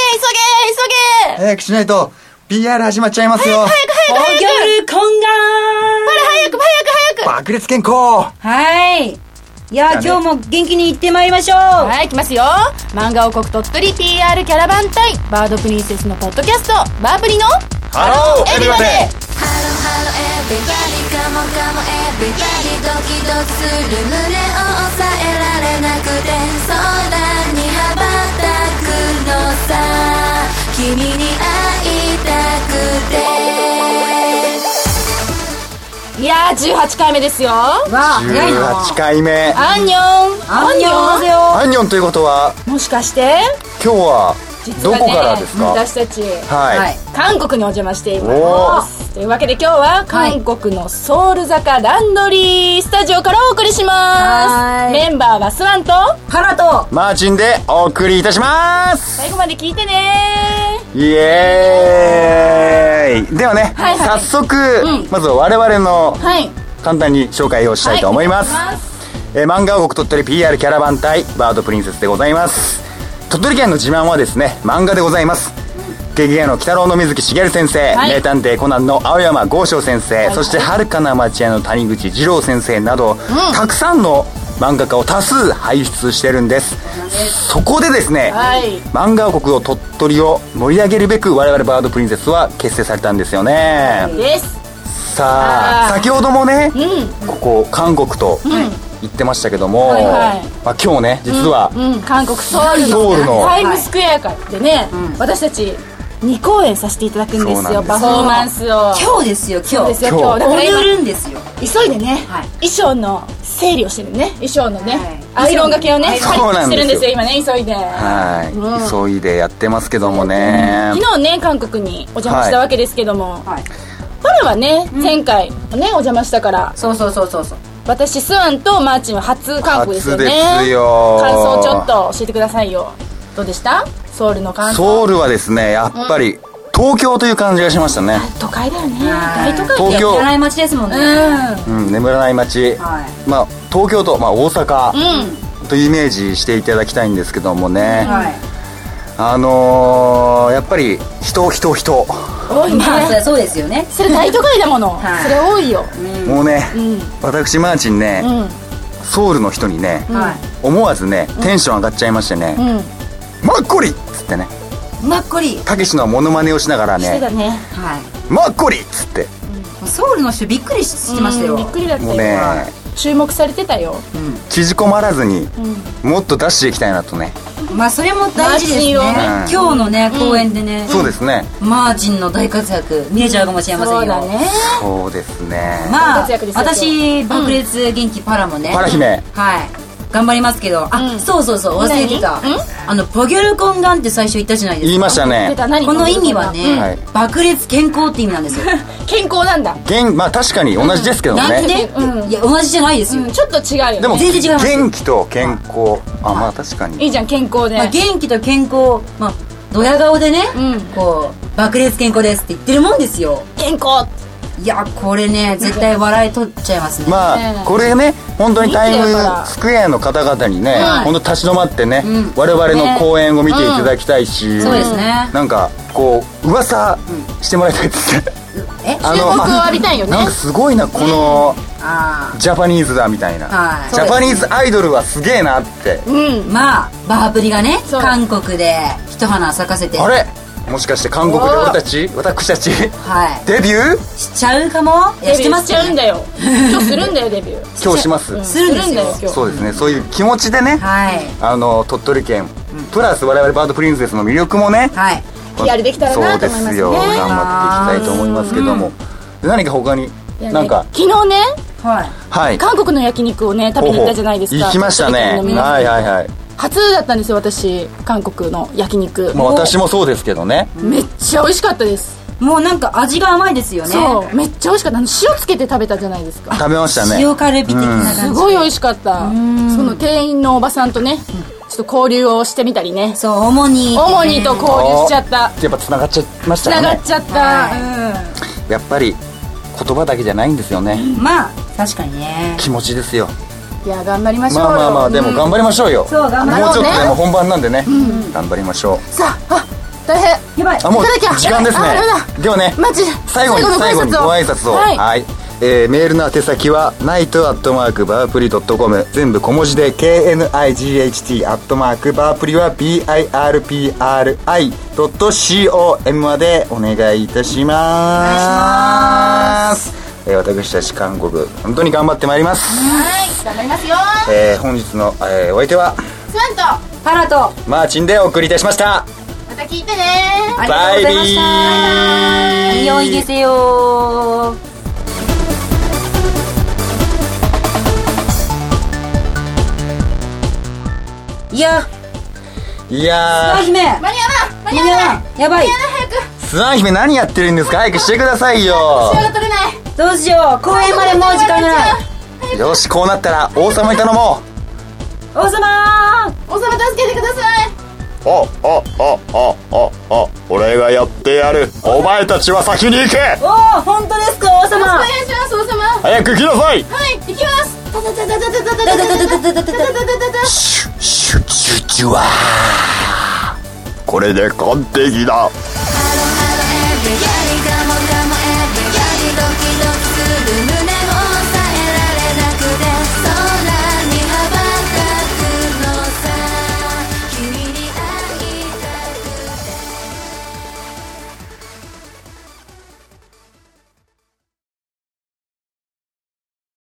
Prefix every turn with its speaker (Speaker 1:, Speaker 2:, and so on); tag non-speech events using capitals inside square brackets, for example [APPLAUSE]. Speaker 1: 急げ急げ
Speaker 2: 早くしないと PR 始まっちゃいますよ
Speaker 1: 早く早く
Speaker 3: おぎ
Speaker 1: 早く
Speaker 3: ょるこんが
Speaker 1: ほら早く早く早く
Speaker 2: 爆裂健康
Speaker 3: はいいやー、
Speaker 2: じゃあ
Speaker 3: 今
Speaker 2: ね
Speaker 3: 日も元気に行ってまいりましょう
Speaker 1: はい、来ますよ漫画王国鳥取 PR キャラバン隊バードプリンセスのポッドキャストバープリの
Speaker 2: ハローエブリバディ
Speaker 4: Hello, hello, everybody, come on, come on, everybody ドキドキする胸を抑えられなくて空に羽ばたくのさ君に会いたくて
Speaker 1: いやー18回目ですよ
Speaker 3: わあ早いな
Speaker 2: 18回目
Speaker 1: アンニョン
Speaker 3: あんよ
Speaker 1: ア
Speaker 3: ー
Speaker 1: ン
Speaker 3: せ
Speaker 1: ニョ
Speaker 3: よ
Speaker 1: ン
Speaker 2: アンニョンということは
Speaker 1: もしかして
Speaker 2: 今日は
Speaker 1: 実
Speaker 2: ど
Speaker 1: はね
Speaker 2: こからですか
Speaker 1: 私たち
Speaker 2: は
Speaker 3: はいい
Speaker 1: 韓国にお邪魔していますというわけで今日は韓国のソウル坂ランドリースタジオからお送りしま
Speaker 3: は
Speaker 1: す
Speaker 3: い
Speaker 1: メンバーはスワンと
Speaker 3: カラと
Speaker 2: マーチンでお送りいたします
Speaker 1: 最後まで聞いてね
Speaker 2: イエーイではね
Speaker 1: はいは
Speaker 2: 早
Speaker 1: い
Speaker 2: 速
Speaker 1: うん
Speaker 2: まずは我々の
Speaker 1: はい
Speaker 2: 簡単に紹介をしたいと思います
Speaker 1: はい
Speaker 2: えー漫画王国鳥取 PR キャラバン隊バードプリンセスでございます鳥取県の自慢はですね漫画でございますゲゲゲの鬼太郎の水木しげる先生、
Speaker 1: はい
Speaker 2: 名探偵コナンの青山剛昌先生、そして遥かな町屋の谷口二郎先生など、たくさんの漫画家を多数輩出してるんですそこでですね、
Speaker 1: はい
Speaker 2: 漫画王国を鳥取を盛り上げるべく我々バードプリンセスは結成されたんですよね、
Speaker 1: です
Speaker 2: さあ
Speaker 1: あー
Speaker 2: 先ほどもね、ここ韓国と言ってましたけども、
Speaker 1: はいはい
Speaker 2: まあ、今日ね実は、
Speaker 1: うん韓国ソウル
Speaker 2: ソウルの
Speaker 1: のタイムスクエアからでね私たち2公演させていただくんで
Speaker 2: そ
Speaker 1: す
Speaker 2: うなんで
Speaker 1: よ
Speaker 2: す
Speaker 1: パフォーマンスを
Speaker 5: 今日ですよ今
Speaker 1: そう
Speaker 5: 日
Speaker 1: ですよ
Speaker 2: 今日
Speaker 1: 今日だから今
Speaker 5: 踊るんですよ
Speaker 1: 急いでね、
Speaker 5: はい
Speaker 1: 衣装の整理をしてるね衣装のね、
Speaker 5: は
Speaker 1: ア
Speaker 5: い
Speaker 1: イロンがけをね
Speaker 5: はい
Speaker 2: そうな
Speaker 1: し
Speaker 2: んですよ
Speaker 1: てるんですよ今ね急いで、
Speaker 2: はい、急いでやってますけどもね、
Speaker 1: 昨日ね韓国にお邪魔したわけですけども、
Speaker 5: はい
Speaker 1: パラはね、前回ねお邪魔したから
Speaker 5: そうそうそうそうそう
Speaker 1: 私スワンとマーチンは初韓国ですよね
Speaker 2: 初ですよ
Speaker 1: 感想をちょっと教えてくださいよどうでしたソウルの感想
Speaker 2: ソウルはですねやっぱり東京という感じがしましたね、
Speaker 1: 都会だよね
Speaker 5: は
Speaker 1: 大
Speaker 5: い
Speaker 1: 都会
Speaker 2: 東京
Speaker 5: 知らない街ですもんね
Speaker 1: う
Speaker 2: うん、眠らない街、
Speaker 5: は
Speaker 2: まあ、東京と、まあ、大阪
Speaker 1: んうん
Speaker 2: というイメージしていただきたいんですけどもね、
Speaker 5: はい
Speaker 2: あのー、やっぱり人人人、
Speaker 1: 多い
Speaker 5: まあそり
Speaker 1: ね
Speaker 5: ゃそうですよね
Speaker 1: それ大都会だもの、
Speaker 5: はい
Speaker 1: それ多いよ
Speaker 2: もうね、
Speaker 1: ん
Speaker 2: 私マーチンね、
Speaker 1: うん
Speaker 2: ソウルの人にね、
Speaker 5: は
Speaker 2: 思わずねテンション上がっちゃいましてね
Speaker 1: うん
Speaker 2: 「マッコリ!」っつってね
Speaker 5: いマッコリ
Speaker 2: たけしのモノマネをしながら
Speaker 1: して
Speaker 2: ね
Speaker 1: たね
Speaker 5: はい
Speaker 2: 「マッコリ!」っつって
Speaker 5: もうソウルの人びっくりししてました
Speaker 1: う
Speaker 5: よ
Speaker 1: んびっくりだった
Speaker 2: も
Speaker 1: よ、
Speaker 2: うね
Speaker 1: 注目されてたよ
Speaker 2: 縮こまらずに
Speaker 1: う
Speaker 2: もっと出していきたいなとね
Speaker 5: まあそれも大事ですね
Speaker 1: マ
Speaker 2: ーチン
Speaker 5: 今日のね公演でね
Speaker 2: そうですね
Speaker 5: マーチンの大活躍見えちゃうかもしれませんよ
Speaker 1: そうだね
Speaker 2: そうですね
Speaker 5: ま
Speaker 1: 大
Speaker 5: あ
Speaker 1: 活躍ですよ
Speaker 5: 私爆裂元気パラもね
Speaker 2: パラ姫
Speaker 5: はい頑張りますけど
Speaker 1: う
Speaker 5: あ
Speaker 1: ん
Speaker 5: そうそうそう忘れてた
Speaker 1: 何うん
Speaker 5: あのポギョルコンガンって最初言ったじゃないですか
Speaker 2: 言いました
Speaker 1: 出
Speaker 2: ね
Speaker 1: た何
Speaker 5: この意味は
Speaker 2: うんはい
Speaker 5: ね、爆裂健康って意味なんですよ。
Speaker 1: うん健康なんだ
Speaker 2: 元まあ確かに同じですけど
Speaker 5: なんで
Speaker 2: ね、
Speaker 1: うん
Speaker 5: いや、同じじゃないです
Speaker 1: う
Speaker 5: よ。
Speaker 1: んちょっと違うよね
Speaker 2: でも
Speaker 5: 全然違います
Speaker 2: 元気と健康あまあ確か
Speaker 1: い
Speaker 2: に
Speaker 1: いじゃん健康で、
Speaker 5: まあ、元気と健康、まあ、ドヤ顔でね、
Speaker 1: うん
Speaker 5: こう、爆裂健康ですって言ってるもんですよ。
Speaker 1: 健康
Speaker 5: いや、これね、絶対笑い取っちゃいますね。
Speaker 2: ま
Speaker 1: う
Speaker 2: あ
Speaker 1: ん
Speaker 2: これね本当にタイ
Speaker 1: 元気だか
Speaker 2: ム
Speaker 1: ら
Speaker 2: スクエアの方々にね
Speaker 5: はい
Speaker 2: 本当立ち止まってね
Speaker 5: うん
Speaker 2: 我々の公演を見ていただきたいし
Speaker 5: そうですね。
Speaker 2: なんかこう噂してもらいたいですね
Speaker 5: え
Speaker 2: あ
Speaker 1: 注
Speaker 2: の
Speaker 1: 目を浴びたいよね
Speaker 2: なんかすごいなこの
Speaker 5: あ
Speaker 2: ジャパニーズだみたいな、
Speaker 5: はい
Speaker 2: ジャパニーズアイドルはすげえなって、
Speaker 1: うん
Speaker 5: ーまあ、バープリがね、
Speaker 1: そう
Speaker 5: 韓国で一花咲かせて、
Speaker 2: あ
Speaker 5: は
Speaker 2: れもしかして韓国で俺たち私たち
Speaker 5: い。
Speaker 2: デビュー
Speaker 5: しちゃうかもいや、してます
Speaker 1: ちゃうん
Speaker 5: よね。
Speaker 1: だよ
Speaker 2: [LAUGHS]
Speaker 1: 今日するんだよデビュー
Speaker 2: 今日します、
Speaker 1: うん
Speaker 5: するんです
Speaker 1: 今
Speaker 5: よ
Speaker 1: 日
Speaker 2: そうですねそういう気持ちでね、
Speaker 5: はい。
Speaker 2: あの鳥取県プラス我々バードプリンセスの魅力もね
Speaker 5: はい。
Speaker 1: PR できたらなと思いますね
Speaker 2: そうですよ頑張っていきたいと思いますけども、で何か他に
Speaker 1: いやね
Speaker 2: なんか
Speaker 1: 昨日ね
Speaker 5: はい。
Speaker 2: はい
Speaker 1: 韓国の焼肉をね食べに行ったじゃないです
Speaker 2: ほう
Speaker 1: か
Speaker 2: ほう行きましたね
Speaker 1: 韓国の皆さん
Speaker 2: はいはいはい
Speaker 1: 初だったんですよ私韓国の焼肉
Speaker 2: まあ私もそうですけどね
Speaker 1: めっちゃ美味しかったです、
Speaker 5: もうなんか味が甘いですよね。
Speaker 1: そうめっちゃ美味しかったあの塩つけて食べたじゃないですか
Speaker 2: 食べましたね
Speaker 5: 塩カルビ的な感じ。
Speaker 1: すごい美味しかったその店員のおばさんとねちょっと交流をしてみたりね
Speaker 5: そう、主に。
Speaker 1: 主にと交流しちゃった
Speaker 2: やっぱ繋がっちゃいまし
Speaker 1: つ
Speaker 2: た
Speaker 1: な
Speaker 2: よ
Speaker 1: が
Speaker 2: ね
Speaker 1: っちゃった、
Speaker 2: やっぱり言葉だけじゃないんですよね、
Speaker 5: まあ、確かにね。
Speaker 2: 気持ちですよ
Speaker 1: うんいや頑張りましょう
Speaker 2: ま
Speaker 1: よ
Speaker 2: あまあまあでも頑張りましょうよ、
Speaker 5: そう頑張
Speaker 2: も
Speaker 5: ろ
Speaker 2: う
Speaker 5: う
Speaker 2: ちょっと
Speaker 1: ね
Speaker 2: でも本番なんでね、頑張りましょう
Speaker 1: さああ大変
Speaker 3: やばい
Speaker 2: あもう
Speaker 1: 行かなきゃ
Speaker 2: 時間です
Speaker 1: あ
Speaker 2: ね
Speaker 1: ダメだ
Speaker 2: ではね
Speaker 1: マジ
Speaker 2: 最後に最
Speaker 1: 最
Speaker 2: 後
Speaker 1: 後
Speaker 2: に
Speaker 1: に
Speaker 2: ご
Speaker 1: ご
Speaker 2: 挨
Speaker 1: 挨
Speaker 2: 拶
Speaker 1: 拶
Speaker 2: を
Speaker 1: を
Speaker 2: はい、
Speaker 1: は
Speaker 2: えーメールの宛先は night.barpri.com 全部小文字で knight.barpri は birpri.com までお願いいたしますえー私たち韓国本当に頑張ってまいります、
Speaker 1: はい頑張りますよ
Speaker 2: えー本日の、えーお相手は
Speaker 1: スワンと
Speaker 3: パラと
Speaker 2: マーチンでお送りいたしました
Speaker 1: また聞いてね
Speaker 3: ありがとうございました
Speaker 2: バイビー
Speaker 3: 良いですよいや
Speaker 2: いや
Speaker 3: あ
Speaker 2: ー
Speaker 3: 姫
Speaker 1: 間に合わない間に
Speaker 3: みん
Speaker 1: 合わない
Speaker 3: なやばい
Speaker 1: 早く
Speaker 2: スワン姫何やってるんですか早くしてくださいよ
Speaker 1: 手が取れない
Speaker 3: どうしよう公園までもう時間が
Speaker 4: [LAUGHS]
Speaker 3: ない
Speaker 2: よしこうなったら王様に頼もう
Speaker 3: 王様
Speaker 1: 王様助けてください
Speaker 2: ああああああ俺がやってやるお前たちは先に行け
Speaker 3: おお本当ですか王様
Speaker 1: お願いします王様は
Speaker 2: 早く来なさい
Speaker 1: い行きますタタタタタタタタタタタタタタタタ
Speaker 2: シュッシュッシュッシュワーこれで完璧だ